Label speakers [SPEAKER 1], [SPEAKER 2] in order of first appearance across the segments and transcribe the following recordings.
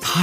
[SPEAKER 1] 他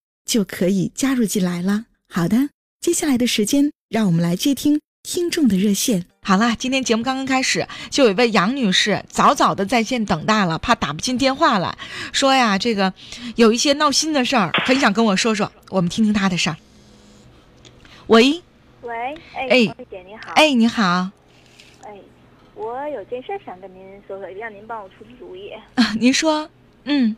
[SPEAKER 2] 就可以加入进来了。好的，接下来的时间，让我们来接听听众的热线。
[SPEAKER 3] 好了，今天节目刚刚开始，就有一位杨女士早早的在线等待了，怕打不进电话来，说呀，这个有一些闹心的事儿，很想跟我说说，我们听听她的事儿。喂，
[SPEAKER 4] 喂，
[SPEAKER 3] 哎
[SPEAKER 4] 哎，黄丽姐您好，，
[SPEAKER 3] 哎，你好，
[SPEAKER 4] 哎，我有件事儿想跟您说说，让您帮我出出主意。
[SPEAKER 3] 啊您说，嗯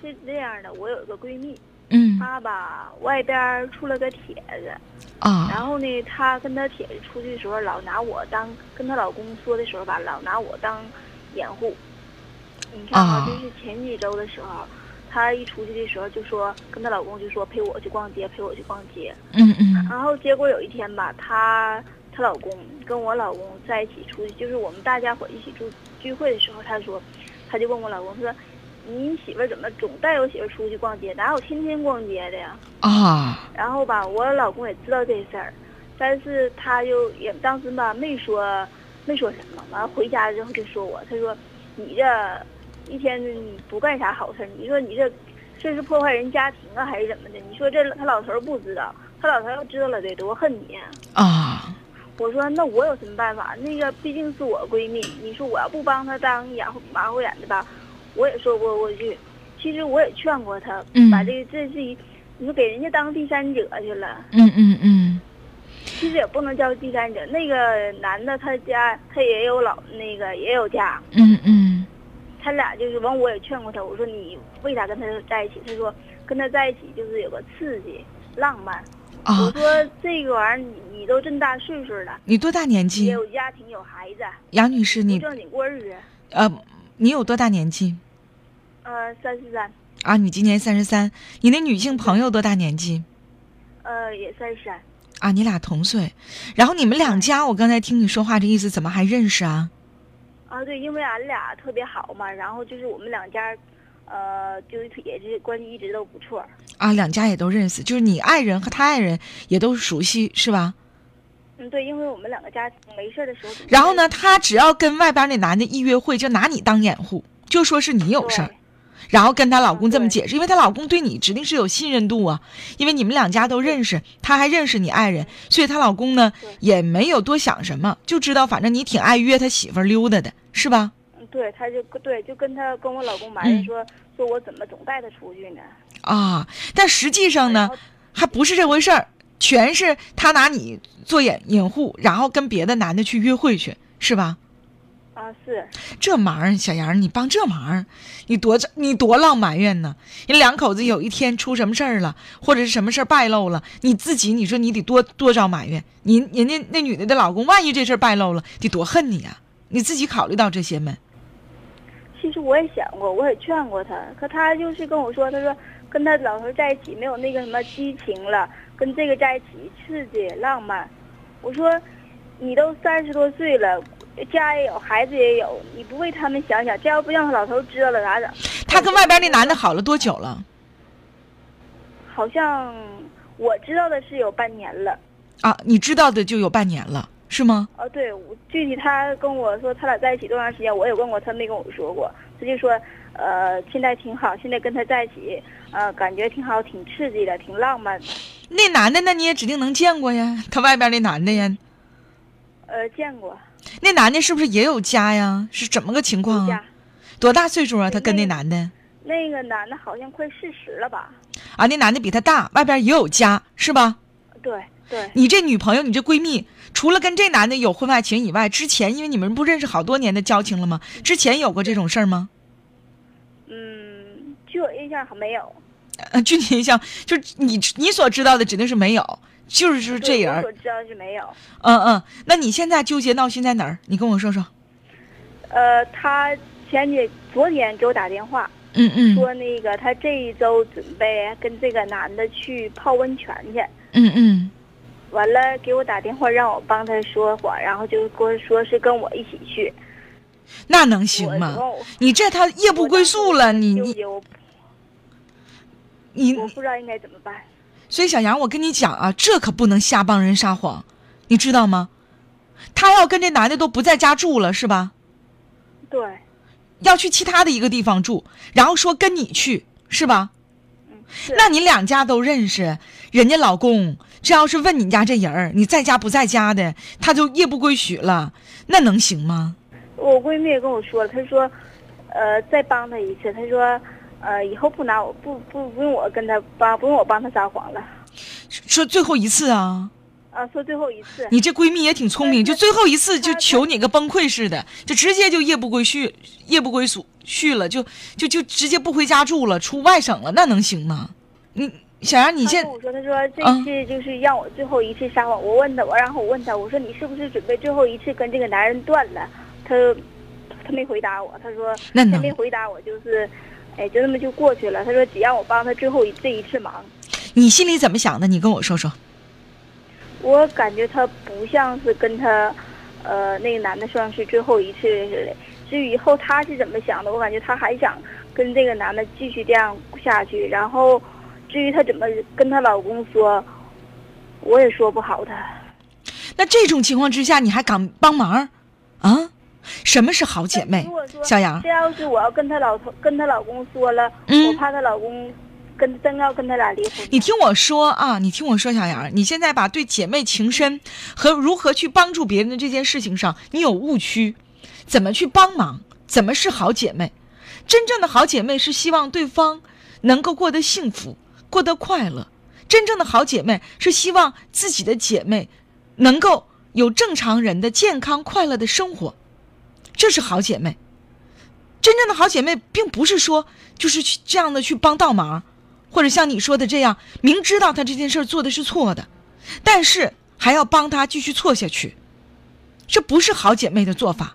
[SPEAKER 4] 是这样的，我有个闺蜜，
[SPEAKER 3] 嗯
[SPEAKER 4] 她吧外边儿出了个帖子，
[SPEAKER 3] 啊
[SPEAKER 4] 然后呢，她跟她帖子出去的时候，老拿我当跟她老公说的时候吧，老拿我当掩护。你看
[SPEAKER 3] 啊
[SPEAKER 4] 啊，就是前几周的时候，她一出去的时候就说跟她老公就说陪我去逛街，陪我去逛街。
[SPEAKER 3] 嗯嗯
[SPEAKER 4] 然后结果有一天吧，她她老公跟我老公在一起出去，就是我们大家伙一起住聚会的时候，她说，她就问我老公说，你媳妇儿怎么总带我媳妇儿出去逛街？哪有天天逛街的呀？
[SPEAKER 3] 啊
[SPEAKER 4] 然后吧，我老公也知道这事儿，但是他就也当时吧没说没说什么，完了回家之后就说我，他说你这一天不干啥好事儿，你说你这这是破坏人家庭啊还是怎么的？你说这他老头儿不知道，他老头儿要知道了得多恨你、啊！
[SPEAKER 3] 啊
[SPEAKER 4] 我说那我有什么办法？那个毕竟是我闺蜜，你说我要不帮她当掩护马虎眼的吧，我也说不过去。其实我也劝过她，
[SPEAKER 3] 嗯
[SPEAKER 4] 把这个这是一，你说给人家当第三者去了，
[SPEAKER 3] 嗯嗯嗯
[SPEAKER 4] 其实也不能叫第三者。那个男的他家他也有老那个也有家，
[SPEAKER 3] 嗯嗯
[SPEAKER 4] 他俩就是完我也劝过他，我说你为啥跟他在一起？他说跟他在一起就是有个刺激浪漫。我
[SPEAKER 3] 啊，
[SPEAKER 4] 说这个玩意儿你你都这么大岁数了，
[SPEAKER 3] 你多大年
[SPEAKER 4] 也
[SPEAKER 3] 纪？
[SPEAKER 4] 有家庭有孩子，
[SPEAKER 3] 杨女士，
[SPEAKER 4] 不
[SPEAKER 3] 你
[SPEAKER 4] 正经过日子。
[SPEAKER 3] 呃，你有多大年纪？
[SPEAKER 4] 呃，三十三，
[SPEAKER 3] 啊，你今年三十三，你那女性朋友多大年纪？
[SPEAKER 4] 呃，也三十三。
[SPEAKER 3] 啊，你俩同岁，然后你们两家，我刚才听你说话这意思，怎么还认识啊？
[SPEAKER 4] 啊，对，因为俺俩特别好嘛，然后就是我们两家，呃，就是也是关系一直都不错。
[SPEAKER 3] 啊，两家也都认识，就是你爱人和他爱人也都熟悉，是吧？
[SPEAKER 4] 嗯，对，因为我们两个家没事儿的时候。
[SPEAKER 3] 然后呢，？他只要跟外边那男的一约会，就拿你当掩护，就说是你有事儿
[SPEAKER 4] 对，
[SPEAKER 3] 然后跟她老公
[SPEAKER 4] 啊
[SPEAKER 3] 这么
[SPEAKER 4] 对
[SPEAKER 3] 解释，因为她老公对你指定是有信任度啊，因为你们两家都认识，她还认识你爱人，所以她老公呢
[SPEAKER 4] 对
[SPEAKER 3] 也没有多想什么，就知道反正你挺爱约他媳妇儿溜达的，是吧？
[SPEAKER 4] 嗯对，他就对，就跟他跟我老公埋怨
[SPEAKER 3] 嗯
[SPEAKER 4] 说，说我怎么总带他出去呢？
[SPEAKER 3] 啊，但实际上
[SPEAKER 4] 然
[SPEAKER 3] 呢
[SPEAKER 4] 后，
[SPEAKER 3] 还不是这回事儿，全是他拿你做掩掩护，然后跟别的男的去约会去，是吧？
[SPEAKER 4] 啊，是，
[SPEAKER 3] 这忙儿，小杨儿，你帮这忙儿，你多这你多浪埋怨呢？人两口子有一天出什么事儿了，或者是什么事儿败露了，你自己你说你得多多少埋怨？你人家那女的的老公，万一这事儿败露了，得多恨你啊！你自己考虑到这些没？
[SPEAKER 4] 其实我也想过，我也劝过他，可他就是跟我说，他说跟他老头儿在一起没有那个什么激情了，跟这个在一起刺激浪漫。我说，你都三十多岁了，家也有，孩子也有，你不为他们想想，这要不让他老头儿知道了咋整？
[SPEAKER 3] 她跟外边那男的好了多久了？
[SPEAKER 4] 好像我知道的是有半年了。
[SPEAKER 3] 啊，你知道的就有半年了，是吗？
[SPEAKER 4] 哦，对，我具体他跟我说他俩在一起多长时间，我也问过，他没跟我说过。他就说，呃，现在挺好，现在跟他在一起，呃，感觉挺好，挺刺激的，挺浪漫的。
[SPEAKER 3] 那男的那你也指定能见过呀，他外边那男的呀，
[SPEAKER 4] 呃，见过，
[SPEAKER 3] 那男的是不是也有家呀？是怎么个情
[SPEAKER 4] 回
[SPEAKER 3] 况
[SPEAKER 4] 家
[SPEAKER 3] 啊？多大岁数啊？
[SPEAKER 4] 对
[SPEAKER 3] 他跟那
[SPEAKER 4] 那
[SPEAKER 3] 男的
[SPEAKER 4] 那个男的好像快四十了吧？
[SPEAKER 3] 啊，那男的比她大，外边也有家，是吧？
[SPEAKER 4] 对对，
[SPEAKER 3] 你这女朋友，你这闺蜜，除了跟这男的有婚外情以外，之前因为你们不认识好多年的交情了吗？之前有过这种事儿吗？
[SPEAKER 4] 嗯，据我印象还没有。
[SPEAKER 3] 呃，具体一下，就是你你所知道的指定是没有，就是就是这
[SPEAKER 4] 对
[SPEAKER 3] 人
[SPEAKER 4] 我
[SPEAKER 3] 儿。
[SPEAKER 4] 所知道是没有。
[SPEAKER 3] 嗯嗯，那你现在纠结闹心在哪儿？你跟我说说。
[SPEAKER 4] 呃，他前几昨天给我打电话
[SPEAKER 3] 嗯嗯
[SPEAKER 4] 说，那个他这一周准备跟这个男的去泡温泉去。
[SPEAKER 3] 嗯嗯
[SPEAKER 4] 完了，给我打电话让我帮他说话，然后就跟我说是跟我一起去。
[SPEAKER 3] 那能
[SPEAKER 4] 我
[SPEAKER 3] 行吗？
[SPEAKER 4] 我
[SPEAKER 3] 你这他夜不归宿了，你
[SPEAKER 4] 纠
[SPEAKER 3] 你
[SPEAKER 4] 结，我
[SPEAKER 3] 你
[SPEAKER 4] 我不知道应该怎么办。
[SPEAKER 3] 所以小杨，我跟你讲啊，这可不能瞎帮人撒谎，你知道吗？她要跟这男的都不在家住了，是吧？
[SPEAKER 4] 对，
[SPEAKER 3] 要去其他的一个地方住，然后说跟你去，是吧？
[SPEAKER 4] 嗯，是
[SPEAKER 3] 那你两家都认识，人家老公这要是问你家这人儿，你在家不在家的，他就夜不归宿了，那能行吗？
[SPEAKER 4] 我闺蜜也跟我说了，她说，呃，再帮他一次，她说，呃，以后不拿我不不不用我跟他帮，不用我帮他撒谎了。
[SPEAKER 3] 说最后一次啊，
[SPEAKER 4] 啊，说最后一次，
[SPEAKER 3] 你这闺蜜也挺聪明，就
[SPEAKER 4] 对她
[SPEAKER 3] 最后一次就
[SPEAKER 4] 她
[SPEAKER 3] 求你个崩溃似的，就直接就夜不归宿，夜不归宿去了，就就就直接不回家住了，出外省了，那能行吗？你小杨，你
[SPEAKER 4] 她
[SPEAKER 3] 现
[SPEAKER 4] 跟我说，她说这
[SPEAKER 3] 嗯
[SPEAKER 4] 次就是让我最后一次撒谎。我问她，我然后我问她，我说你是不是准备最后一次跟这个男人断了？她她没回答我，她说
[SPEAKER 3] 那
[SPEAKER 4] 她
[SPEAKER 3] 能
[SPEAKER 4] 没回答我，就是，哎，就那么就过去了。她说只让我帮她最后一这一次忙。
[SPEAKER 3] 你心里怎么想的？你跟我说说。
[SPEAKER 4] 我感觉他不像是跟他，呃，那个男的算是最后一次似的。至于以后他是怎么想的，我感觉他还想跟这个男的继续这样下去。然后，至于她怎么跟她老公说，我也说不好他。
[SPEAKER 3] 啊那这种情况之下，你还敢帮忙啊？什么是好姐妹
[SPEAKER 4] 如果？说
[SPEAKER 3] 小杨
[SPEAKER 4] 这，要是我要跟她老头跟她老公说了，
[SPEAKER 3] 嗯
[SPEAKER 4] 我怕她老公跟真要跟他俩离婚。
[SPEAKER 3] 你听我说啊，你听我说，小杨，你现在把对姐妹情深和如何去帮助别人的这件事情上，你有误区。怎么去帮忙？怎么是好姐妹？真正的好姐妹是希望对方能够过得幸福，过得快乐。真正的好姐妹是希望自己的姐妹能够有正常人的健康快乐的生活，这是好姐妹。真正的好姐妹，并不是说就是去这样的去帮倒忙，或者像你说的这样，明知道她这件事儿做的是错的，但是还要帮她继续错下去，这不是好姐妹的做法。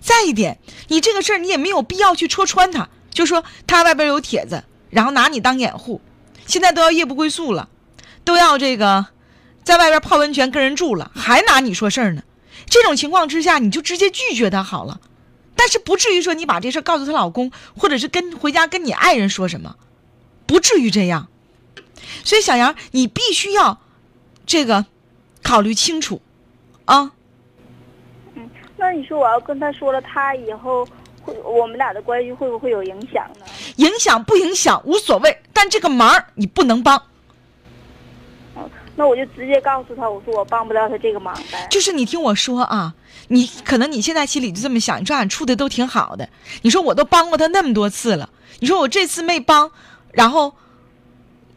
[SPEAKER 3] 再一点，你这个事儿你也没有必要去戳穿她，就说她外边有帖子，然后拿你当掩护，现在都要夜不归宿了，都要这个在外边泡温泉跟人住了，还拿你说事儿呢。这种情况之下，你就直接拒绝她好了。但是不至于说你把这事儿告诉她老公，或者是跟回家跟你爱人说什么，不至于这样。所以小杨，你必须要这个考虑清楚啊。
[SPEAKER 4] 那你说我要跟他说了，他以后会我们俩的关系会不会有影响呢？
[SPEAKER 3] 影响不影响无所谓，但这个忙你不能帮，
[SPEAKER 4] 哦那我就直接告诉他，我说我帮不了他这个忙呗。
[SPEAKER 3] 就是你听我说啊，你可能你现在心里就这么想，你说俺处的都挺好的，你说我都帮过他那么多次了，你说我这次没帮，然后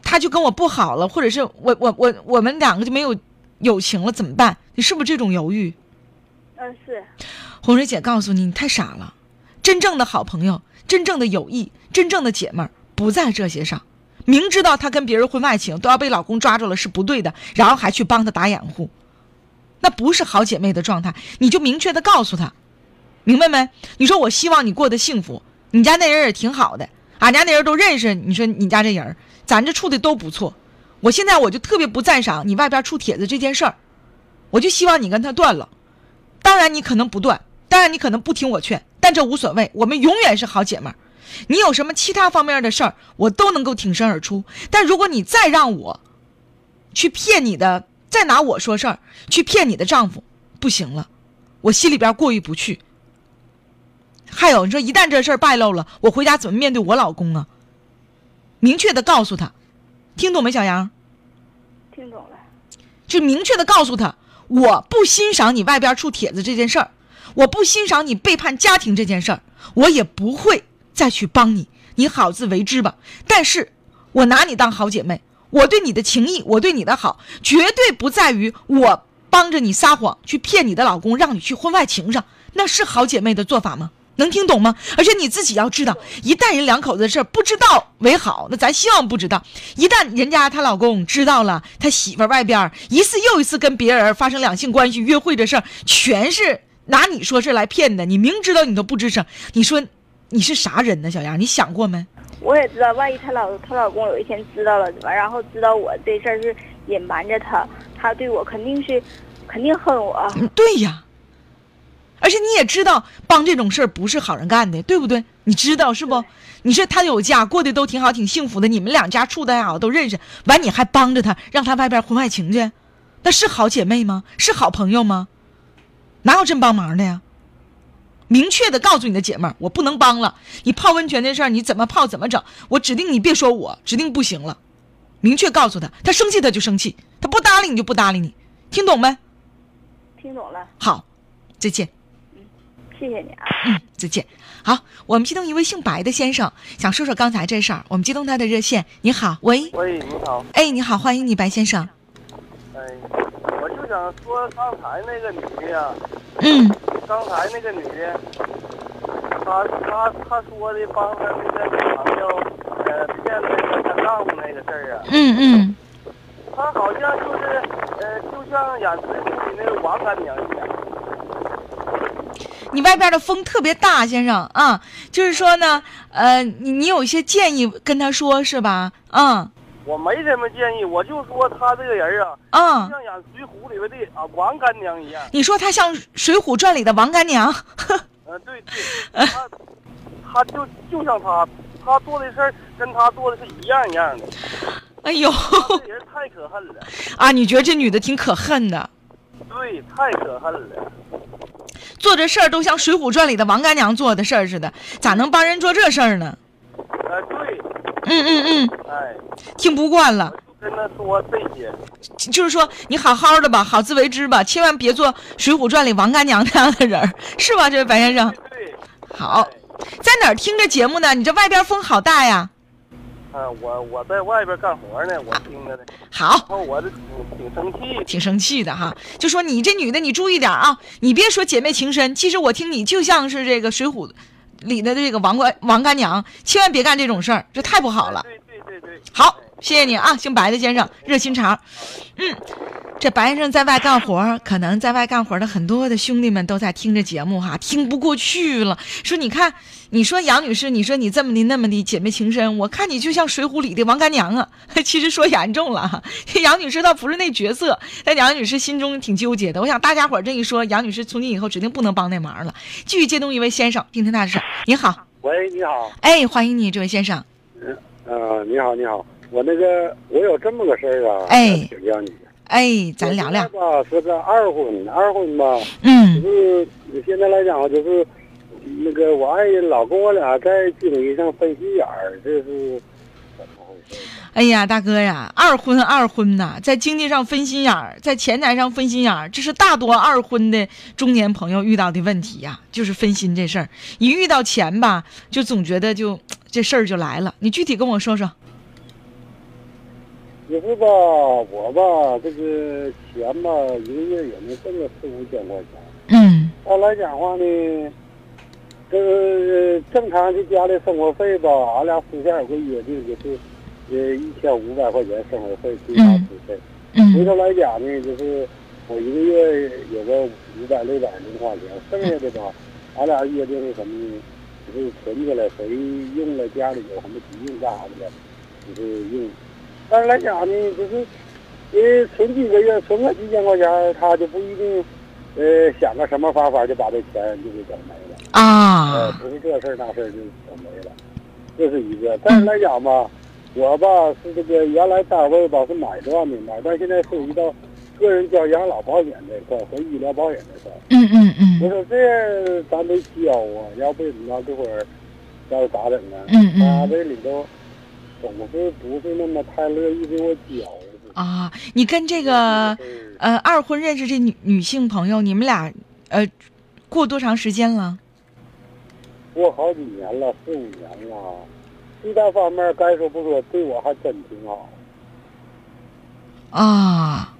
[SPEAKER 3] 他就跟我不好了，或者是我我我我们两个就没有友情了，怎么办？你是不是这种犹豫？
[SPEAKER 4] 嗯、是，
[SPEAKER 3] 红蕊姐告诉你，你太傻了。真正的好朋友，真正的友谊，真正的姐妹儿，不在这些上。明知道她跟别人婚外情，都要被老公抓住了是不对的，然后还去帮她打掩护，那不是好姐妹的状态。你就明确的告诉她，明白没？你说我希望你过得幸福，你家那人也挺好的，俺家那人都认识。你说你家这人儿，咱这处的都不错。我现在我就特别不赞赏你外边出帖子这件事儿，我就希望你跟他断了。当然你可能不断，当然你可能不听我劝，但这无所谓，我们永远是好姐妹儿。你有什么其他方面的事儿，我都能够挺身而出。但如果你再让我去骗你的，再拿我说事儿，去骗你的丈夫，不行了，我心里边过意不去。还有，你说一旦这事儿败露了，我回家怎么面对我老公啊？明确的告诉他，听懂没，小杨？
[SPEAKER 4] 听懂了。
[SPEAKER 3] 就明确的告诉他，我不欣赏你外边出帖子这件事儿，我不欣赏你背叛家庭这件事儿，我也不会再去帮你。你好自为之吧。但是我拿你当好姐妹，我对你的情谊，我对你的好，绝对不在于我帮着你撒谎去骗你的老公，让你去婚外情上，那是好姐妹的做法吗？能听懂吗？而且你自己要知道，一旦人两口子的事儿不知道为好，那咱希望不知道。一旦人家她老公知道了，他媳妇儿外边儿一次又一次跟别人发生两性关系、约会这事儿，全是拿你说事儿来骗的。你明知道你都不吱声，你说你是啥人呢，小杨？你想过没？
[SPEAKER 4] 我也知道，万一她老她老公有一天知道了，完然后知道我这事儿是隐瞒着她，她对我肯定是肯定恨我。啊
[SPEAKER 3] 嗯对呀。而且你也知道，帮这种事儿不是好人干的，对不对？你知道是不
[SPEAKER 4] 对？
[SPEAKER 3] 你说他有家，过得都挺好，挺幸福的，你们两家处的还好，都认识。完，你还帮着他，让他外边婚外情去，那是好姐妹吗？是好朋友吗？哪有这么帮忙的呀？明确的告诉你的姐妹儿，我不能帮了。你泡温泉这事儿，你怎么泡怎么整，我指定你别说我，指定不行了。明确告诉他，他生气他就生气，他不搭理你就不搭理你，听懂没？
[SPEAKER 4] 听懂了，
[SPEAKER 3] 好，再见。
[SPEAKER 4] 谢谢你啊。
[SPEAKER 3] 嗯，再见。好，我们接通一位姓白的先生，想说说刚才这事儿。我们接通他的热线。你好，喂，
[SPEAKER 5] 喂，你好，
[SPEAKER 3] 哎，你好，欢迎你，白先生。
[SPEAKER 5] 哎，我就想说刚才那个女的呀，
[SPEAKER 3] 嗯
[SPEAKER 5] 刚才那个女的，她她她说的帮她那个女朋友呃骗那个她丈夫那个事儿啊，
[SPEAKER 3] 嗯嗯，
[SPEAKER 5] 她好像就是呃就像演自己那个王干娘一样，
[SPEAKER 3] 你外边的风特别大，先生啊，就是说呢，呃，你你有一些建议跟他说是吧？嗯
[SPEAKER 5] 我没什么建议，我就说她这个人啊，
[SPEAKER 3] 嗯，
[SPEAKER 5] 像演《水浒》里边的啊王干娘一样，
[SPEAKER 3] 你说他像《水浒传》里的王干娘，
[SPEAKER 5] 嗯、对对，她她就就像她，她做的事儿跟她做的是一样一样的，
[SPEAKER 3] 哎呦
[SPEAKER 5] 这个人太可恨了。
[SPEAKER 3] 啊，你觉得这女的挺可恨的，
[SPEAKER 5] 对，太可恨了。
[SPEAKER 3] 做这事儿都像《水浒传》里的王干娘做的事儿似的，咋能帮人做这事儿呢？
[SPEAKER 5] 哎，对，
[SPEAKER 3] 嗯嗯嗯，
[SPEAKER 5] 哎，
[SPEAKER 3] 听不惯了
[SPEAKER 5] 我。就跟他说这些。
[SPEAKER 3] 就是说你好好的吧，好自为之吧，千万别做《水浒传》里王干娘那样的人儿，是吧？这位白先生，
[SPEAKER 5] 对对，哎
[SPEAKER 3] 好，在哪儿听着节目呢？你这外边风好大呀！
[SPEAKER 5] 哎，啊，我我在外边干活呢，我听着呢。
[SPEAKER 3] 好，
[SPEAKER 5] 然后我这挺挺生气。
[SPEAKER 3] 挺生气的哈，就说你这女的，你注意点啊！你别说姐妹情深，其实我听你就像是这个《水浒》里的这个王冠王干娘，千万别干这种事儿，这太不好了。
[SPEAKER 5] 对对对对。
[SPEAKER 3] 好，谢谢你啊，姓白的先生，热心肠。嗯，这白先生在外干活儿，可能在外干活儿的很多的兄弟们都在听着节目哈，听不过去了。说你看，你说杨女士，你说你这么的那么的姐妹情深，我看你就像《水浒》里的王干娘啊。 其实说严重了哈，杨女士倒不是那角色，但杨女士心中挺纠结的。我想大家伙儿这一说，杨女士从今以后指定不能帮那忙了。继续接通一位先生，听听他的事儿。你好，
[SPEAKER 6] 喂，你好，
[SPEAKER 3] 哎，欢迎你这位先生。
[SPEAKER 6] 呃，你好，你好，我那个我有这么个事儿啊，
[SPEAKER 3] 哎
[SPEAKER 6] 要请教你，
[SPEAKER 3] 哎，咱聊聊。
[SPEAKER 6] 我现在吧，是个二婚，二婚吧，就
[SPEAKER 3] 嗯
[SPEAKER 6] 是现在来讲就是那个我爱人老公我俩在经济上分心眼儿，这是怎么回事？
[SPEAKER 3] 哎呀，大哥呀，二婚二婚呐，在经济上分心眼儿，在钱财上分心眼儿，这是大多二婚的中年朋友遇到的问题呀、就是分心这事儿。一遇到钱吧，就总觉得就这事儿就来了。你具体跟我说说。
[SPEAKER 6] 就是吧，我吧这个钱吧，一个月也没挣个四五千块钱。
[SPEAKER 3] 嗯
[SPEAKER 6] 后来讲话呢，这个正常的家里生活费吧，俺俩私下有个约定，就是呃一千五百块钱生活费，最少
[SPEAKER 3] 嗯
[SPEAKER 6] 支费。回
[SPEAKER 3] 嗯
[SPEAKER 6] 头来讲呢，就是我一个月有个五百六百零花钱，剩下的吧，俺俩约定是什么呢？就是存起来，谁用了家里有什么急用干啥的了，就是用。但是来讲呢，就是因为存几个月，存个几千块钱，他就不一定，呃，想个什么方法就把这钱就给整没了。呃，
[SPEAKER 3] 啊，
[SPEAKER 6] 不是这事儿那事儿就整没了，这是一个。但是来讲吧，我吧是这个原来单位吧是买断的，买断现在涉及到个人交养老保险这一块儿和医疗保险这块儿。
[SPEAKER 3] 嗯嗯嗯
[SPEAKER 6] 我说这咱得交啊，要不你到这会儿要咋整啊？
[SPEAKER 3] 嗯嗯
[SPEAKER 6] 他这里头总是不是那么太乐意给我交。
[SPEAKER 3] 啊，你跟这个呃二婚认识这女女性朋友，你们俩呃过多长时间了？
[SPEAKER 6] 过好几年了，四五年了，
[SPEAKER 5] 其他方面该说不说，对我还真挺好。
[SPEAKER 3] 啊，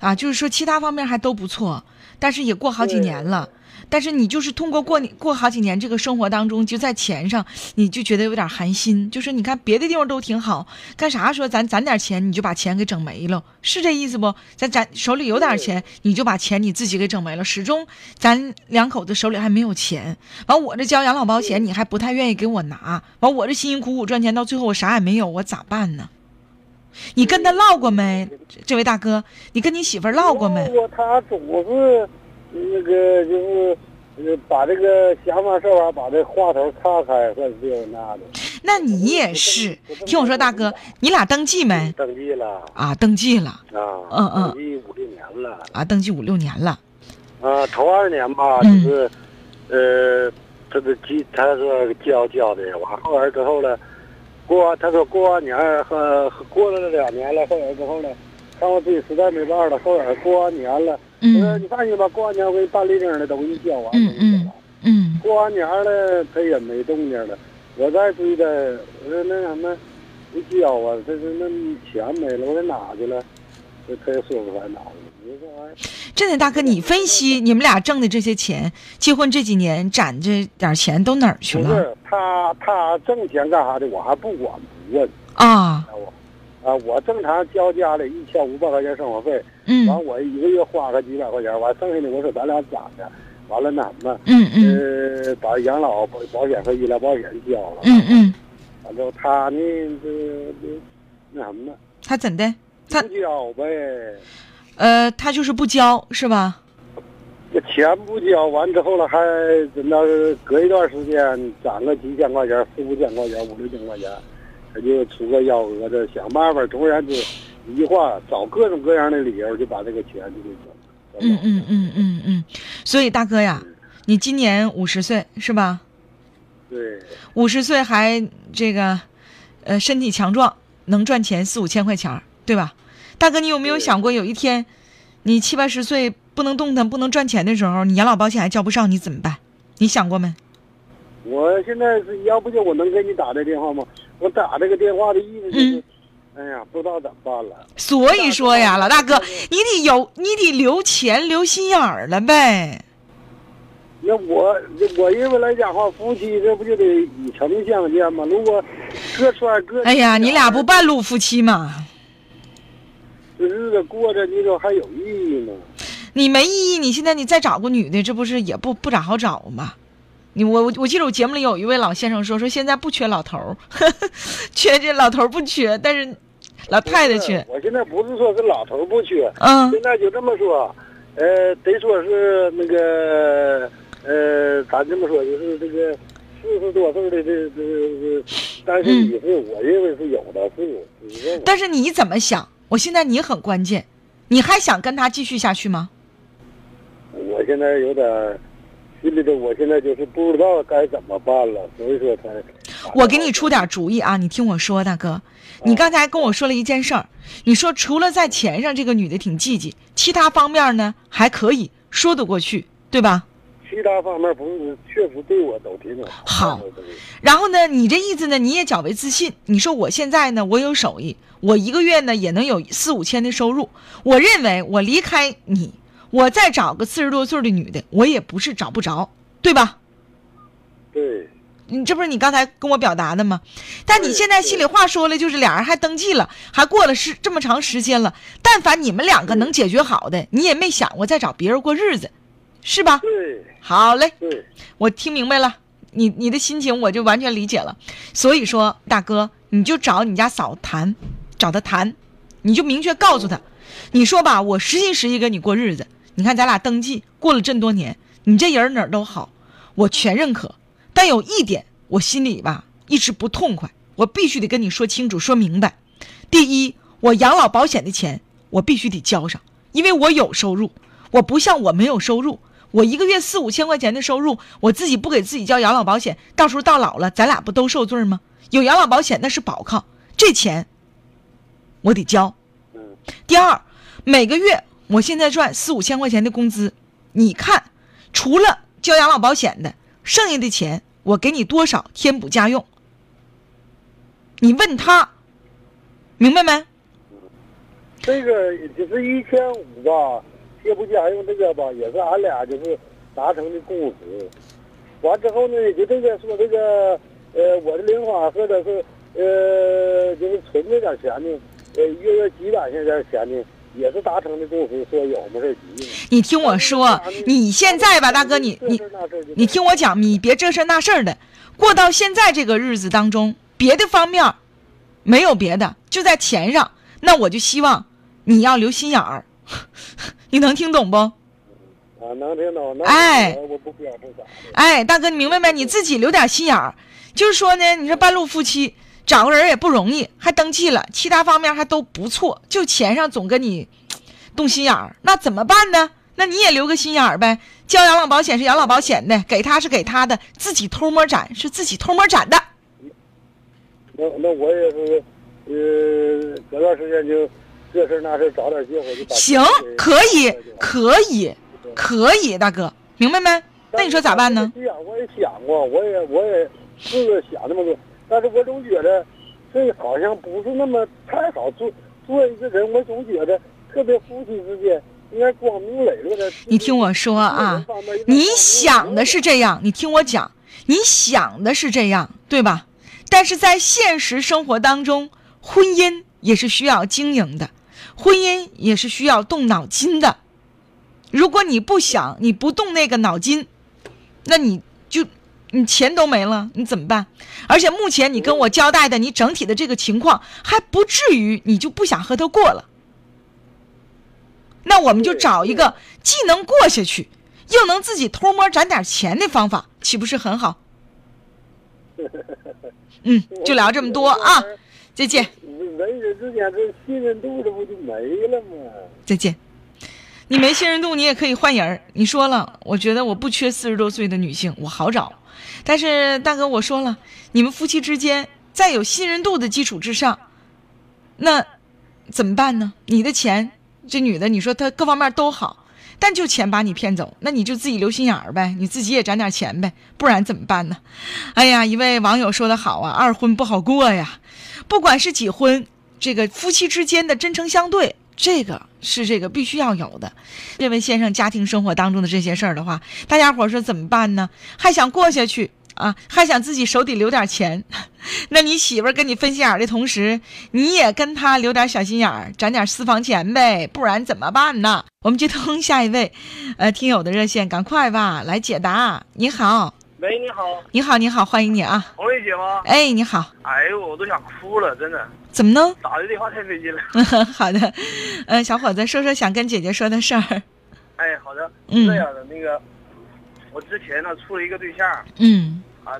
[SPEAKER 3] 啊，就是说其他方面还都不错，但是也过好几年了。但是你就是通过过你过好几年这个生活当中，就在钱上，你就觉得有点寒心。就是你看别的地方都挺好，干啥说咱攒点钱，你就把钱给整没了，是这意思不？咱咱手里有点钱，你就把钱你自己给整没了。始终咱两口子手里还没有钱，完我这交养老保险
[SPEAKER 5] 嗯
[SPEAKER 3] 你还不太愿意给我拿，完我这辛辛苦苦赚钱到最后我啥也没有，我咋办呢？你跟他唠过没，
[SPEAKER 5] 嗯
[SPEAKER 3] 这这位大哥？你跟你媳妇儿唠过没？
[SPEAKER 5] 我他总是呃那个就是呃把这个想法事法把这话头岔开，或者这那的。
[SPEAKER 3] 那你也是，
[SPEAKER 5] 嗯
[SPEAKER 3] 听我说，大哥，你俩登记没？
[SPEAKER 5] 登记了
[SPEAKER 3] 啊，登记了
[SPEAKER 5] 啊，
[SPEAKER 3] 嗯嗯
[SPEAKER 5] 登记五六年了
[SPEAKER 3] 啊，登记五六年了
[SPEAKER 5] 啊，头二年吧，就
[SPEAKER 3] 嗯
[SPEAKER 5] 是呃，他的基他说交交的，完后来之后了，过完他说过完年儿和和过了两年了，后来之后了，看我自己实在没办法了，后来过完年了。我说
[SPEAKER 3] 嗯
[SPEAKER 5] 呃你放心吧，过完年我给你办立证的都给你交完，
[SPEAKER 3] 嗯
[SPEAKER 5] 都给你交完
[SPEAKER 3] 嗯
[SPEAKER 5] 过完年了，他也没动静了。我再追他，我说呃那什么，你交啊，这这那钱没了，我说哪去了？这他也说不出来哪去了。你说这玩意儿，
[SPEAKER 3] 真的，大哥，你分析你们俩挣的这些钱，结婚这几年攒这点钱都哪儿去
[SPEAKER 5] 不
[SPEAKER 3] 了
[SPEAKER 5] 是他他挣钱干啥的，我还不管不问，
[SPEAKER 3] 啊？
[SPEAKER 5] 啊我，啊我正常交家里一千五百块钱生活费，
[SPEAKER 3] 嗯
[SPEAKER 5] 完我一个月花个几百块钱，完剩下的我说咱俩攒着，完了那什么，
[SPEAKER 3] 嗯嗯
[SPEAKER 5] 呃，把养老保保险和医疗保险交了，
[SPEAKER 3] 嗯嗯，
[SPEAKER 5] 完之后他呢，这这那什么。
[SPEAKER 3] 他怎的？他
[SPEAKER 5] 不交呗，
[SPEAKER 3] 呃，他就是不交是吧？
[SPEAKER 5] 这钱不交完之后了，还等到隔一段时间攒个几千块钱、四五千块钱、五六千块钱，他就出个幺蛾子，想办法，总而言之，一句话找各种各样的理由就把这个钱就给整。
[SPEAKER 3] 嗯嗯嗯嗯嗯，所以大哥呀，你今年五十岁是吧？
[SPEAKER 5] 对，
[SPEAKER 3] 五十岁还这个，呃，身体强壮，能赚钱四五千块钱儿，对吧？大哥，你有没有
[SPEAKER 5] 对
[SPEAKER 3] 想过有一天，你七八十岁不能动弹、不能赚钱的时候，你养老保险还交不上，你怎么办？你想过没？
[SPEAKER 5] 我现在是要不就我能给你打这电话吗？我打这个电话的意思
[SPEAKER 3] 嗯
[SPEAKER 5] 就是，哎呀，不知道怎么办了。
[SPEAKER 3] 所以说呀，老大哥
[SPEAKER 5] 对对，
[SPEAKER 3] 你得有，你得留钱、留心眼儿了呗。
[SPEAKER 5] 那我我认为来讲话，夫妻这不就得以诚相见吗？如果各穿各，
[SPEAKER 3] 哎呀，你俩不半路夫妻嘛？
[SPEAKER 5] 这日子过着，你说还有意义吗？
[SPEAKER 3] 你没意义，你现在你再找个女的，这不是也不不咋好找吗？你我我我记得我节目里有一位老先生说说现在不缺老头儿， 缺这老头儿不缺，但是老太太缺
[SPEAKER 5] 不。是嗯我现在不是说是老头不缺，
[SPEAKER 3] 嗯
[SPEAKER 5] 现在就这么说，呃，得说是那个，呃，咱这么说就是这个四十多岁的这这这单
[SPEAKER 3] 嗯
[SPEAKER 5] 身女士，我认为是有的是。你问我
[SPEAKER 3] 但是你怎么想？我现在你很关键，你还想跟他继续下去吗？
[SPEAKER 5] 我现在有点儿心里头，我现在就是不知道该怎么办了，所以说才。
[SPEAKER 3] 我给你出点主意啊，你听我说，大哥，你刚才跟我说了一件事儿，你说除了在钱上这个女的挺积极，其他方面呢还可以说得过去，对吧？
[SPEAKER 5] 其他方面不是，确实对我都挺
[SPEAKER 3] 好
[SPEAKER 5] 好。
[SPEAKER 3] 然后呢，你这意思呢，你也较为自信。你说我现在呢，我有手艺，我一个月呢也能有四五千的收入。我认为我离开你，我再找个四十多岁的女的，我也不是找不着，对吧？
[SPEAKER 5] 对，
[SPEAKER 3] 你这不是你刚才跟我表达的吗？但你
[SPEAKER 5] 对
[SPEAKER 3] 现在心里话说了，就是俩人还登记了，还过了是这么长时间了。但凡你们两个能解决好的，你也没想过再找别人过日子，是吧？
[SPEAKER 5] 对，
[SPEAKER 3] 好嘞。
[SPEAKER 5] 对，
[SPEAKER 3] 我听明白了，你你的心情我就完全理解了。所以说，大哥，你就找你家嫂谈，找她谈，你就明确告诉她，你说吧，我实心实意跟你过日子。你看咱俩登记过了这么多年，你这人哪儿都好，我全认可。但有一点，我心里吧一直不痛快，我必须得跟你说清楚、说明白。第一，我养老保险的钱我必须得交上，因为我有收入，我不像我没有收入，我一个月四五千块钱的收入，我自己不给自己交养老保险，到时候到老了，咱俩不都受罪吗？有养老保险那是保靠，这钱我得交。
[SPEAKER 5] 嗯，
[SPEAKER 3] 第二，每个月我现在赚四五千块钱的工资，你看，除了交养老保险的，剩下的钱我给你多少填补家用，你问他，明白没？
[SPEAKER 6] 这个就是一千五吧，贴补家用这个吧，也是俺俩就是达成的共识。完之后呢，也就这个说这个，呃，我的零花或者是呃，就是存着点钱呢，呃，月月积攒下点钱呢，也是达成的共识，说有什么事儿急用。
[SPEAKER 3] 你听我说，你现在吧，大哥，你你你听我讲，你别这事儿那事儿的，过到现在这个日子当中，别的方面儿没有别的，就在钱上。那我就希望你要留心眼儿， 你能听懂不？
[SPEAKER 6] 啊，能听懂，能
[SPEAKER 3] 哎
[SPEAKER 6] 听懂我不表不咋的。
[SPEAKER 3] 哎，大哥，你明白没？你自己留点心眼儿。就是说呢，你说半路夫妻找个人也不容易，还登记了，其他方面还都不错，就钱上总跟你动心眼儿，那怎么办呢？那你也留个心眼儿呗。交养老保险是养老保险的，给他是给他的，自己偷摸攒是自己偷摸攒的。
[SPEAKER 6] 那那我也是，呃，隔段时间就这事儿那事儿找点借口就把
[SPEAKER 3] 行
[SPEAKER 6] 钱给，
[SPEAKER 3] 可以
[SPEAKER 6] 给，
[SPEAKER 3] 可以，可以，大哥，明白没？那你说咋办呢？
[SPEAKER 6] 但是我也想过，我也我也试着想那么多，但是我总觉得这好像不是那么太好做。作为一个人，我总觉得特别夫妻之间应该光明磊落的。
[SPEAKER 3] 你听我说啊，你想的是这样，你听我讲，你想的是这样，对吧？但是在现实生活当中，婚姻也是需要经营的，婚姻也是需要动脑筋的。如果你不想，你不动那个脑筋，那你就你钱都没了，你怎么办？而且目前你跟我交代的，你整体的这个情况还不至于你就不想和他过了。那我们就
[SPEAKER 6] 对
[SPEAKER 3] 找一个既能过下去，又能自己偷摸攒点钱的方法，岂不是很好？嗯，就聊这么多啊，再见。
[SPEAKER 6] 人与人之间这信任度这不就没了吗？
[SPEAKER 3] 再见。你没信任度，你也可以换人儿。你说了，我觉得我不缺四十多岁的女性，我好找。但是大哥，我说了，你们夫妻之间在有信任度的基础之上，那怎么办呢？你的钱，这女的，你说她各方面都好，但就钱把你骗走，那你就自己留心眼儿呗，你自己也攒点钱呗，不然怎么办呢？哎呀，一位网友说的好啊，二婚不好过呀。不管是几婚，这个夫妻之间的真诚相对，这个是这个必须要有的。这位先生家庭生活当中的这些事儿的话，大家伙儿说怎么办呢？还想过下去啊，还想自己手底留点钱， 那你媳妇儿跟你分心眼儿的同时，你也跟她留点小心眼儿，攒点私房钱呗，不然怎么办呢？我们接通下一位，呃，听友的热线，赶快吧，来解答。你好，
[SPEAKER 5] 喂，你好，
[SPEAKER 3] 你好，你好，欢迎你啊！
[SPEAKER 5] 红瑞姐吗？
[SPEAKER 3] 哎，你好，
[SPEAKER 5] 哎呦，我都想哭了，真的，
[SPEAKER 3] 怎么呢？
[SPEAKER 5] 打这电话太费劲了。
[SPEAKER 3] 好的，呃，小伙子，说说想跟姐姐说的事儿。
[SPEAKER 5] 哎，好的，
[SPEAKER 3] 嗯
[SPEAKER 5] 是这样的，那个，我之前呢处了一个对象，
[SPEAKER 3] 嗯
[SPEAKER 5] 啊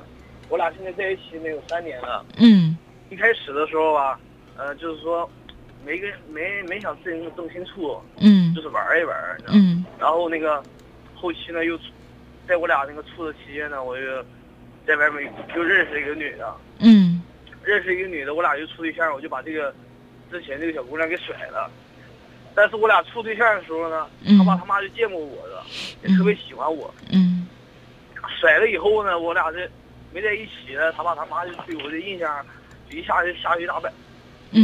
[SPEAKER 5] 我俩现在在一起呢有三年了。
[SPEAKER 3] 嗯
[SPEAKER 5] 一开始的时候吧，呃，就是说没跟没没想自己弄清楚，
[SPEAKER 3] 嗯
[SPEAKER 5] 就是玩一玩，你知道吗？
[SPEAKER 3] 嗯
[SPEAKER 5] 然后那个后期呢又，在我俩那个处的期间呢，我又在外面又认识一个女的，
[SPEAKER 3] 嗯
[SPEAKER 5] 认识一个女的，我俩就处对象，我就把这个之前这个小姑娘给甩了。但是我俩处对象的时候呢，
[SPEAKER 3] 嗯
[SPEAKER 5] 他爸他妈就见过我了，也特别喜欢我。
[SPEAKER 3] 嗯
[SPEAKER 5] 甩了以后呢，我俩这没在一起了，他爸他妈就对我的印象就一下就下去大摆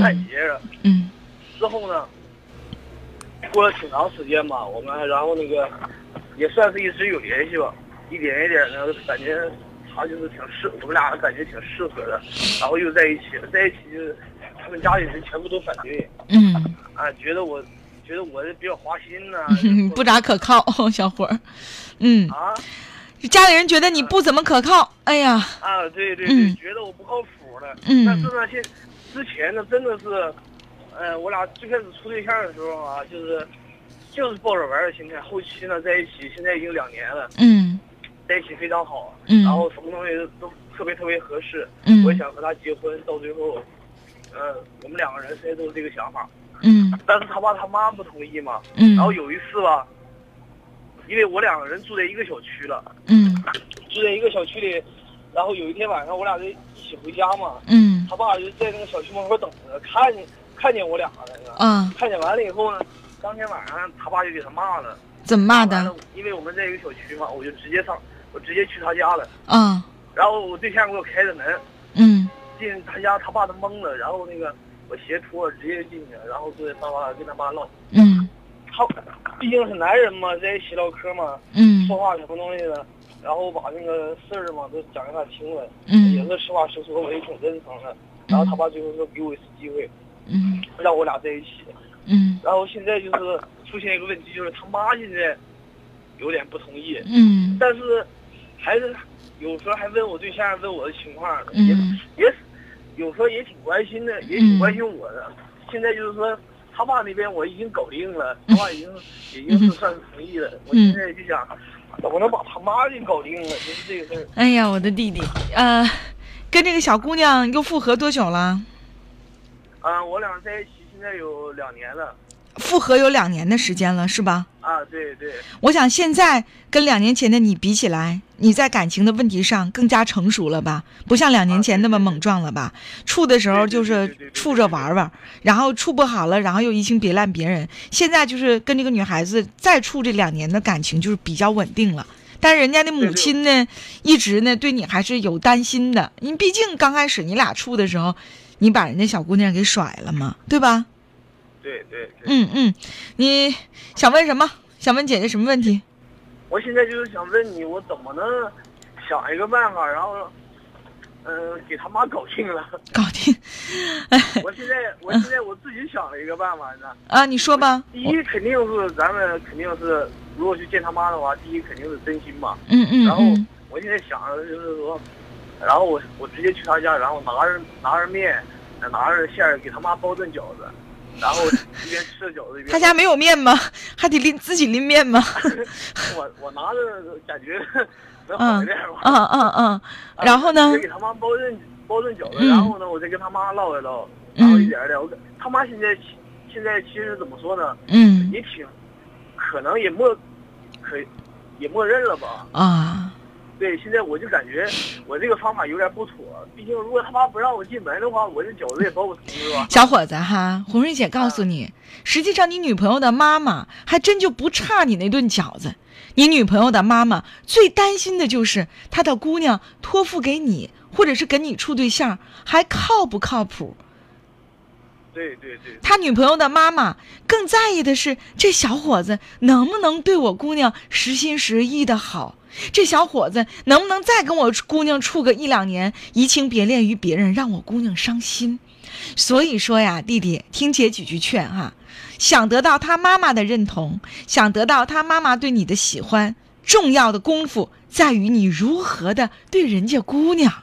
[SPEAKER 5] 打
[SPEAKER 3] 嗯
[SPEAKER 5] 结了。
[SPEAKER 3] 嗯
[SPEAKER 5] 之后呢，过了挺长时间吧，我们然后那个也算是一直有联系吧，一点一点的感觉他就是挺适，我们俩感觉挺适合的，然后又在一起了，在一起就是他们家里人全部都反对，
[SPEAKER 3] 嗯
[SPEAKER 5] 啊，觉得我觉得我比较花 心呐、
[SPEAKER 3] 嗯，不咋可靠，小伙儿。嗯，
[SPEAKER 5] 啊
[SPEAKER 3] 家里人觉得你不怎么可靠。哎呀，
[SPEAKER 5] 啊，对对对，
[SPEAKER 3] 嗯
[SPEAKER 5] 觉得我不靠谱了。
[SPEAKER 3] 嗯
[SPEAKER 5] 但是呢，现之前呢，真的是，呃，我俩最开始处对象的时候啊，就是就是抱着玩儿的心态，后期呢在一起，现在已经两年了，
[SPEAKER 3] 嗯
[SPEAKER 5] 在一起非常好，
[SPEAKER 3] 嗯
[SPEAKER 5] 然后什么东西都特别特别合适，
[SPEAKER 3] 嗯
[SPEAKER 5] 我也想和他结婚，到最后，呃，我们两个人现在都是这个想法，
[SPEAKER 3] 嗯
[SPEAKER 5] 但是他爸他妈不同意嘛，
[SPEAKER 3] 嗯
[SPEAKER 5] 然后有一次吧，因为我两个人住在一个小区了，
[SPEAKER 3] 嗯
[SPEAKER 5] 住在一个小区里，然后有一天晚上我俩就一起回家嘛，
[SPEAKER 3] 嗯
[SPEAKER 5] 他爸就在那个小区门口等着，看见看见我俩了呢，
[SPEAKER 3] 啊，
[SPEAKER 5] 看见完了以后呢，当天晚上他爸就给他骂了，
[SPEAKER 3] 怎么骂
[SPEAKER 5] 完
[SPEAKER 3] 的
[SPEAKER 5] 了因为我们在一个小区嘛，我就直接上，我直接去他家了，
[SPEAKER 3] 啊？
[SPEAKER 5] 然后我对象给我开着门
[SPEAKER 3] 嗯
[SPEAKER 5] 进他家，他爸都懵了，然后那个我鞋脱了直接进去，然后跟他妈跟他妈唠，
[SPEAKER 3] 嗯
[SPEAKER 5] 他毕竟是男人嘛，在一起唠嗑嘛，
[SPEAKER 3] 嗯
[SPEAKER 5] 说话什么东西的，然后把那个事儿嘛都讲给他听了，也
[SPEAKER 3] 嗯
[SPEAKER 5] 是实话实说，我也挺真诚的。然后他爸最后说给我一次机会，
[SPEAKER 3] 嗯
[SPEAKER 5] 让我俩在一起。
[SPEAKER 3] 嗯
[SPEAKER 5] 然后现在就是出现一个问题，就是他妈现在有点不同意，
[SPEAKER 3] 嗯
[SPEAKER 5] 但是还是有时候还问我对象问我的情况，也
[SPEAKER 3] 嗯
[SPEAKER 5] 也有时候也挺关心的，也挺关心我的。现在就是说，他爸那边我已经搞定了，他爸已经已经是算是同意了。我现在就想，怎么能把他妈给搞定了？就是这个事儿。
[SPEAKER 3] 哎呀，我的弟弟，呃，跟这个小姑娘又复合多久了？
[SPEAKER 5] 啊，我俩在一起现在有两年了。
[SPEAKER 3] 复合有两年的时间了，是吧？
[SPEAKER 5] 啊，对对，
[SPEAKER 3] 我想现在跟两年前的你比起来，你在感情的问题上更加成熟了吧？不像两年前那么猛撞了吧？处的时候就
[SPEAKER 5] 对对对对
[SPEAKER 3] 是
[SPEAKER 5] 对对
[SPEAKER 3] 处着玩玩，然后处不好了，然后又移情别恋别人。现在就是跟这个女孩子再处这两年的感情就是比较稳定了。但是人家的母亲呢，一直呢对你还是有担心的。你毕竟刚开始你俩处的时候，你把人家小姑娘给甩了嘛，对吧？
[SPEAKER 5] 对对对。
[SPEAKER 3] 嗯嗯，你想问什么？想问姐姐什么问题？
[SPEAKER 5] 我现在就是想问你，我怎么能想一个办法，然后，嗯、给他妈搞定了？
[SPEAKER 3] 搞定。
[SPEAKER 5] 我现在，我现在我自己想了一个办法呢。
[SPEAKER 3] 啊，你说吧。
[SPEAKER 5] 第一肯定是咱们肯定是，如果去见他妈的话，第一肯定是真心嘛。
[SPEAKER 3] 嗯嗯
[SPEAKER 5] 然后
[SPEAKER 3] 嗯
[SPEAKER 5] 我现在想的就是说，然后我我直接去他家，然后拿着拿着面，拿着馅儿给他妈包顿饺子，然后一边吃着饺子一边。
[SPEAKER 3] 他家没有面吗？还得拎自己拎面吗？
[SPEAKER 5] 我我拿着感觉 能好一点吧。
[SPEAKER 3] 嗯嗯嗯。然后呢
[SPEAKER 5] 啊我？给他妈包顿包顿饺子，
[SPEAKER 3] 嗯
[SPEAKER 5] 然后呢，我再跟他妈唠一唠，然后一点儿一点儿，我跟他妈现在其现在其实怎么说呢，
[SPEAKER 3] 嗯
[SPEAKER 5] 也挺，可能也默，可也默认了吧。
[SPEAKER 3] 啊，
[SPEAKER 5] 对，现在我就感觉我这个方法有点不妥，毕竟如果他妈不让我进门的话，我这饺子也包不成，是吧？
[SPEAKER 3] 小伙子哈，红瑞姐告诉你，实际上你女朋友的妈妈还真就不差你那顿饺子。你女朋友的妈妈最担心的就是她的姑娘托付给你，或者是跟你处对象，还靠不靠谱？
[SPEAKER 5] 对对对，
[SPEAKER 3] 他女朋友的妈妈更在意的是这小伙子能不能对我姑娘实心实意的好，这小伙子能不能再跟我姑娘处个一两年，移情别恋于别人，让我姑娘伤心。所以说呀，弟弟，听姐几句劝哈、想得到他妈妈的认同，想得到他妈妈对你的喜欢，重要的功夫在于你如何的对人家姑娘。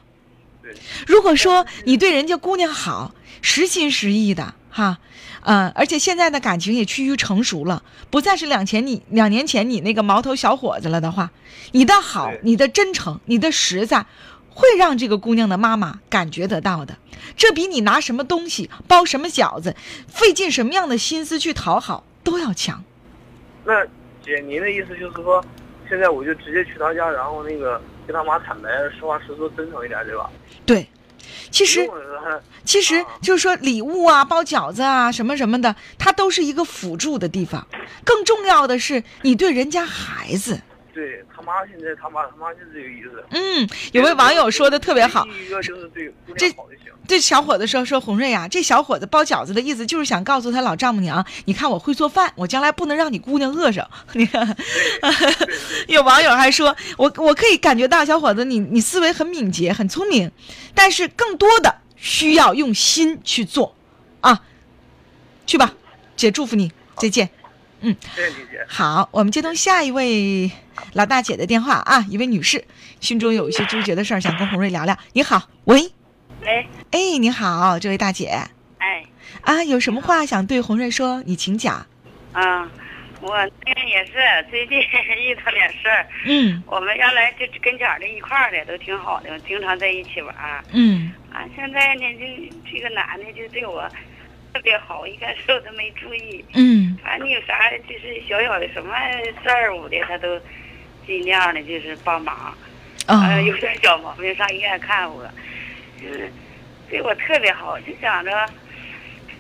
[SPEAKER 5] 对
[SPEAKER 3] 如果说你对人家姑娘好，实心实意的哈，呃，而且现在的感情也趋于成熟了，不再是两前你两年前你那个毛头小伙子了的话，你的好
[SPEAKER 5] 对、
[SPEAKER 3] 你的真诚、你的实在，会让这个姑娘的妈妈感觉得到的。这比你拿什么东西、包什么饺子、费尽什么样的心思去讨好都要强。
[SPEAKER 5] 那姐，您的意思就是说，现在我就直接去他家，然后那个跟他妈坦白，实话实说，真诚一点，对吧？
[SPEAKER 3] 对，其
[SPEAKER 5] 不
[SPEAKER 3] 实
[SPEAKER 5] 用了
[SPEAKER 3] 其实就是说礼物啊、包饺子啊、什么什么的，它都是一个辅助的地方。更重要的是，你对人家孩子，
[SPEAKER 5] 对他妈现在他妈他妈就是这个意思。
[SPEAKER 3] 嗯，有位网友说的特别好，
[SPEAKER 5] 第一个就是对姑
[SPEAKER 3] 这
[SPEAKER 5] 娘好就行。
[SPEAKER 3] 这小伙子说说红瑞啊，这小伙子包饺子的意思就是想告诉他老丈母娘，你看我会做饭，我将来不能让你姑娘饿着。 你看，有网友还说，我我可以感觉到小伙子你你思维很敏捷，很聪明，但是更多的需要用心去做啊。去吧，姐祝福你，再见。
[SPEAKER 5] 谢谢李姐。
[SPEAKER 3] 好，我们接通下一位老大姐的电话啊，一位女士，心中有一些纠结的事儿，想跟红瑞聊聊。你好，喂，
[SPEAKER 4] 喂，
[SPEAKER 3] 哎，你好，这位大姐。
[SPEAKER 4] 哎，
[SPEAKER 3] 啊，有什么话想对红瑞说？你请讲。
[SPEAKER 4] 啊，我那个也是最近遇到点事儿，
[SPEAKER 3] 嗯
[SPEAKER 4] 我们原来就跟前儿的一块儿的都挺好的，经常在一起玩儿。
[SPEAKER 3] 嗯
[SPEAKER 4] 啊，现在呢，这这个男的就对我特别好，一开始我都没注意，
[SPEAKER 3] 嗯
[SPEAKER 4] 反正你有啥就是小小的什么事儿我的，他都尽量的就是帮忙。
[SPEAKER 3] 啊
[SPEAKER 4] 呃，有点小毛病上医院看我，嗯，对我特别好，就想着，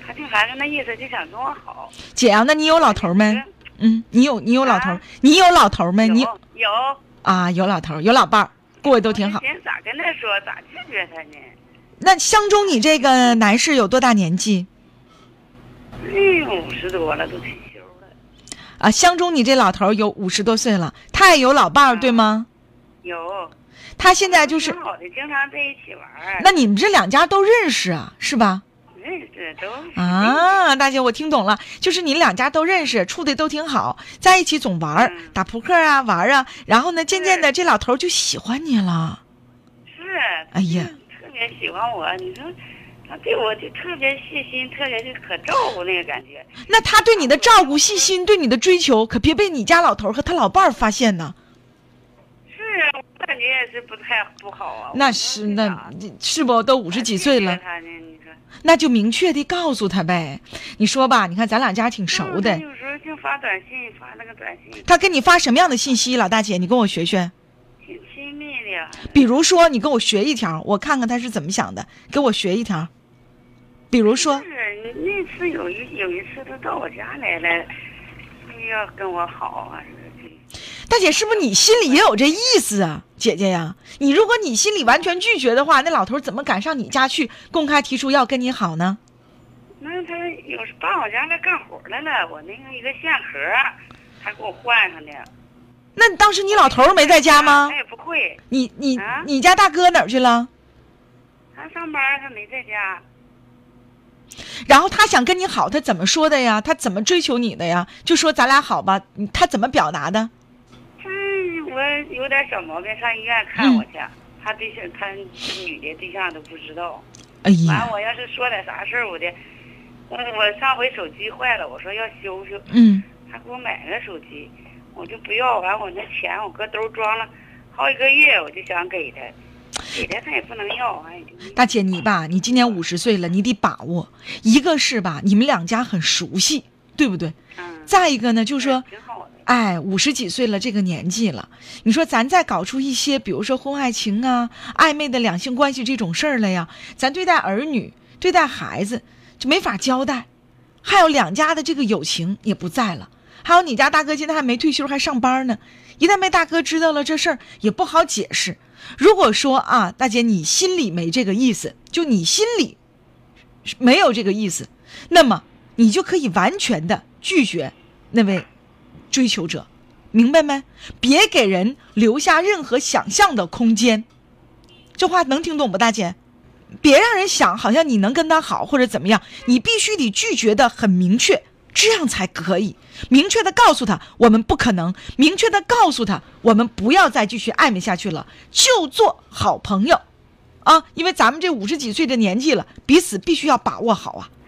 [SPEAKER 4] 他就反正那意思就想跟我好。
[SPEAKER 3] 姐啊，那你有老头儿没？嗯，你有你有老
[SPEAKER 4] 啊
[SPEAKER 3] 头儿，你有老头儿没？
[SPEAKER 4] 有
[SPEAKER 3] 你
[SPEAKER 4] 有，
[SPEAKER 3] 啊，有老头儿，有老伴儿，过得都挺好
[SPEAKER 4] 我。寻思咋跟他说，咋拒绝他呢？
[SPEAKER 3] 那相中你这个男士有多大年纪
[SPEAKER 7] 哎，五十多了，都退休了。
[SPEAKER 3] 啊？相中你这老头儿有五十多岁了，他也有老伴儿对吗？
[SPEAKER 7] 有，
[SPEAKER 3] 他现在就是
[SPEAKER 7] 挺，好的，经常在一起玩儿。
[SPEAKER 3] 那你们这两家都认识啊，是吧？
[SPEAKER 7] 认识都是
[SPEAKER 3] 啊，大姐，我听懂了，就是你两家都认识，处的都挺好，在一起总玩儿，
[SPEAKER 7] 嗯
[SPEAKER 3] 打扑克啊，玩儿啊，然后呢，渐渐的这老头儿就喜欢你了。
[SPEAKER 7] 是，
[SPEAKER 3] 哎呀，
[SPEAKER 7] 特别喜欢我。你说他对我就特别细心，特别就可照顾那个感觉。
[SPEAKER 3] 那他对你的照顾、细心，对你的追求，可别被你家老头儿和他老伴儿发现呢。
[SPEAKER 7] 是，啊我感觉也是不太不好啊。
[SPEAKER 3] 那
[SPEAKER 7] 我
[SPEAKER 3] 是
[SPEAKER 7] 说
[SPEAKER 3] 那
[SPEAKER 7] 啥
[SPEAKER 3] 是不都五十几岁
[SPEAKER 7] 拒
[SPEAKER 3] 了
[SPEAKER 7] 绝，他呢？你说
[SPEAKER 3] 那就明确的告诉他呗。你说吧，你看咱俩家挺熟
[SPEAKER 7] 嗯
[SPEAKER 3] 的
[SPEAKER 7] 他，有时候净发短信，发那个短信，
[SPEAKER 3] 他跟你发什么样的信息了，大姐，你跟我学学。
[SPEAKER 7] 挺亲密的呀。
[SPEAKER 3] 比如说，你跟我学一条，我看看他是怎么想的，给我学一条。比如说
[SPEAKER 7] 就，是啊那次有一有一次，他到我家来了，哎呀，跟我好啊，
[SPEAKER 3] 大姐，是不是你心里也有这意思啊，姐姐呀？你如果你心里完全拒绝的话，那老头儿怎么敢上你家去公开提出要跟你好呢？
[SPEAKER 7] 那他有时搬我家来干活来了，我那个一个线盒，他给我换上的。
[SPEAKER 3] 那当时你老头儿没在家吗
[SPEAKER 7] 他？也不会，
[SPEAKER 3] 你你
[SPEAKER 7] 哎啊
[SPEAKER 3] 你家大哥哪儿去了？
[SPEAKER 7] 他上班他没在家，
[SPEAKER 3] 然后他想跟你好，他怎么说的呀？他怎么追求你的呀？就说咱俩好吧，你他怎么表达的？
[SPEAKER 7] 他我有点小毛病，上医院看
[SPEAKER 3] 嗯
[SPEAKER 7] 我去。他对象，他女的对象都不知道。
[SPEAKER 3] 哎
[SPEAKER 7] 完，
[SPEAKER 3] 呀，
[SPEAKER 7] 我要是说点啥事儿，我的，我我上回手机坏了，我说要修修，
[SPEAKER 3] 嗯，
[SPEAKER 7] 他给我买个手机，我就不要。完，我那钱我搁兜装了好几个月，我就想给他，给他他也不能要，完也就没
[SPEAKER 3] 大姐你吧，你今年五十岁了，你得把握。一个是吧，你们两家很熟悉，对不对？
[SPEAKER 7] 嗯，
[SPEAKER 3] 再一个呢，就是说，
[SPEAKER 7] 挺好的，
[SPEAKER 3] 哎，五十几岁了，这个年纪了，你说咱再搞出一些，比如说婚外情啊、暧昧的两性关系这种事儿来呀，咱对待儿女、对待孩子就没法交代，还有两家的这个友情也不在了，还有你家大哥现在还没退休，还上班呢，一旦被大哥知道了这事儿也不好解释。如果说啊，大姐你心里没这个意思，就你心里是没有这个意思，那么你就可以完全的拒绝那位追求者，明白没？别给人留下任何想象的空间。这话能听懂不，大姐？别让人想好像你能跟他好或者怎么样，你必须得拒绝的很明确，这样才可以。明确的告诉他我们不可能，明确的告诉他我们不要再继续暧昧下去了，就做好朋友，啊，因为咱们这五十几岁的年纪了，彼此必须要把握好啊。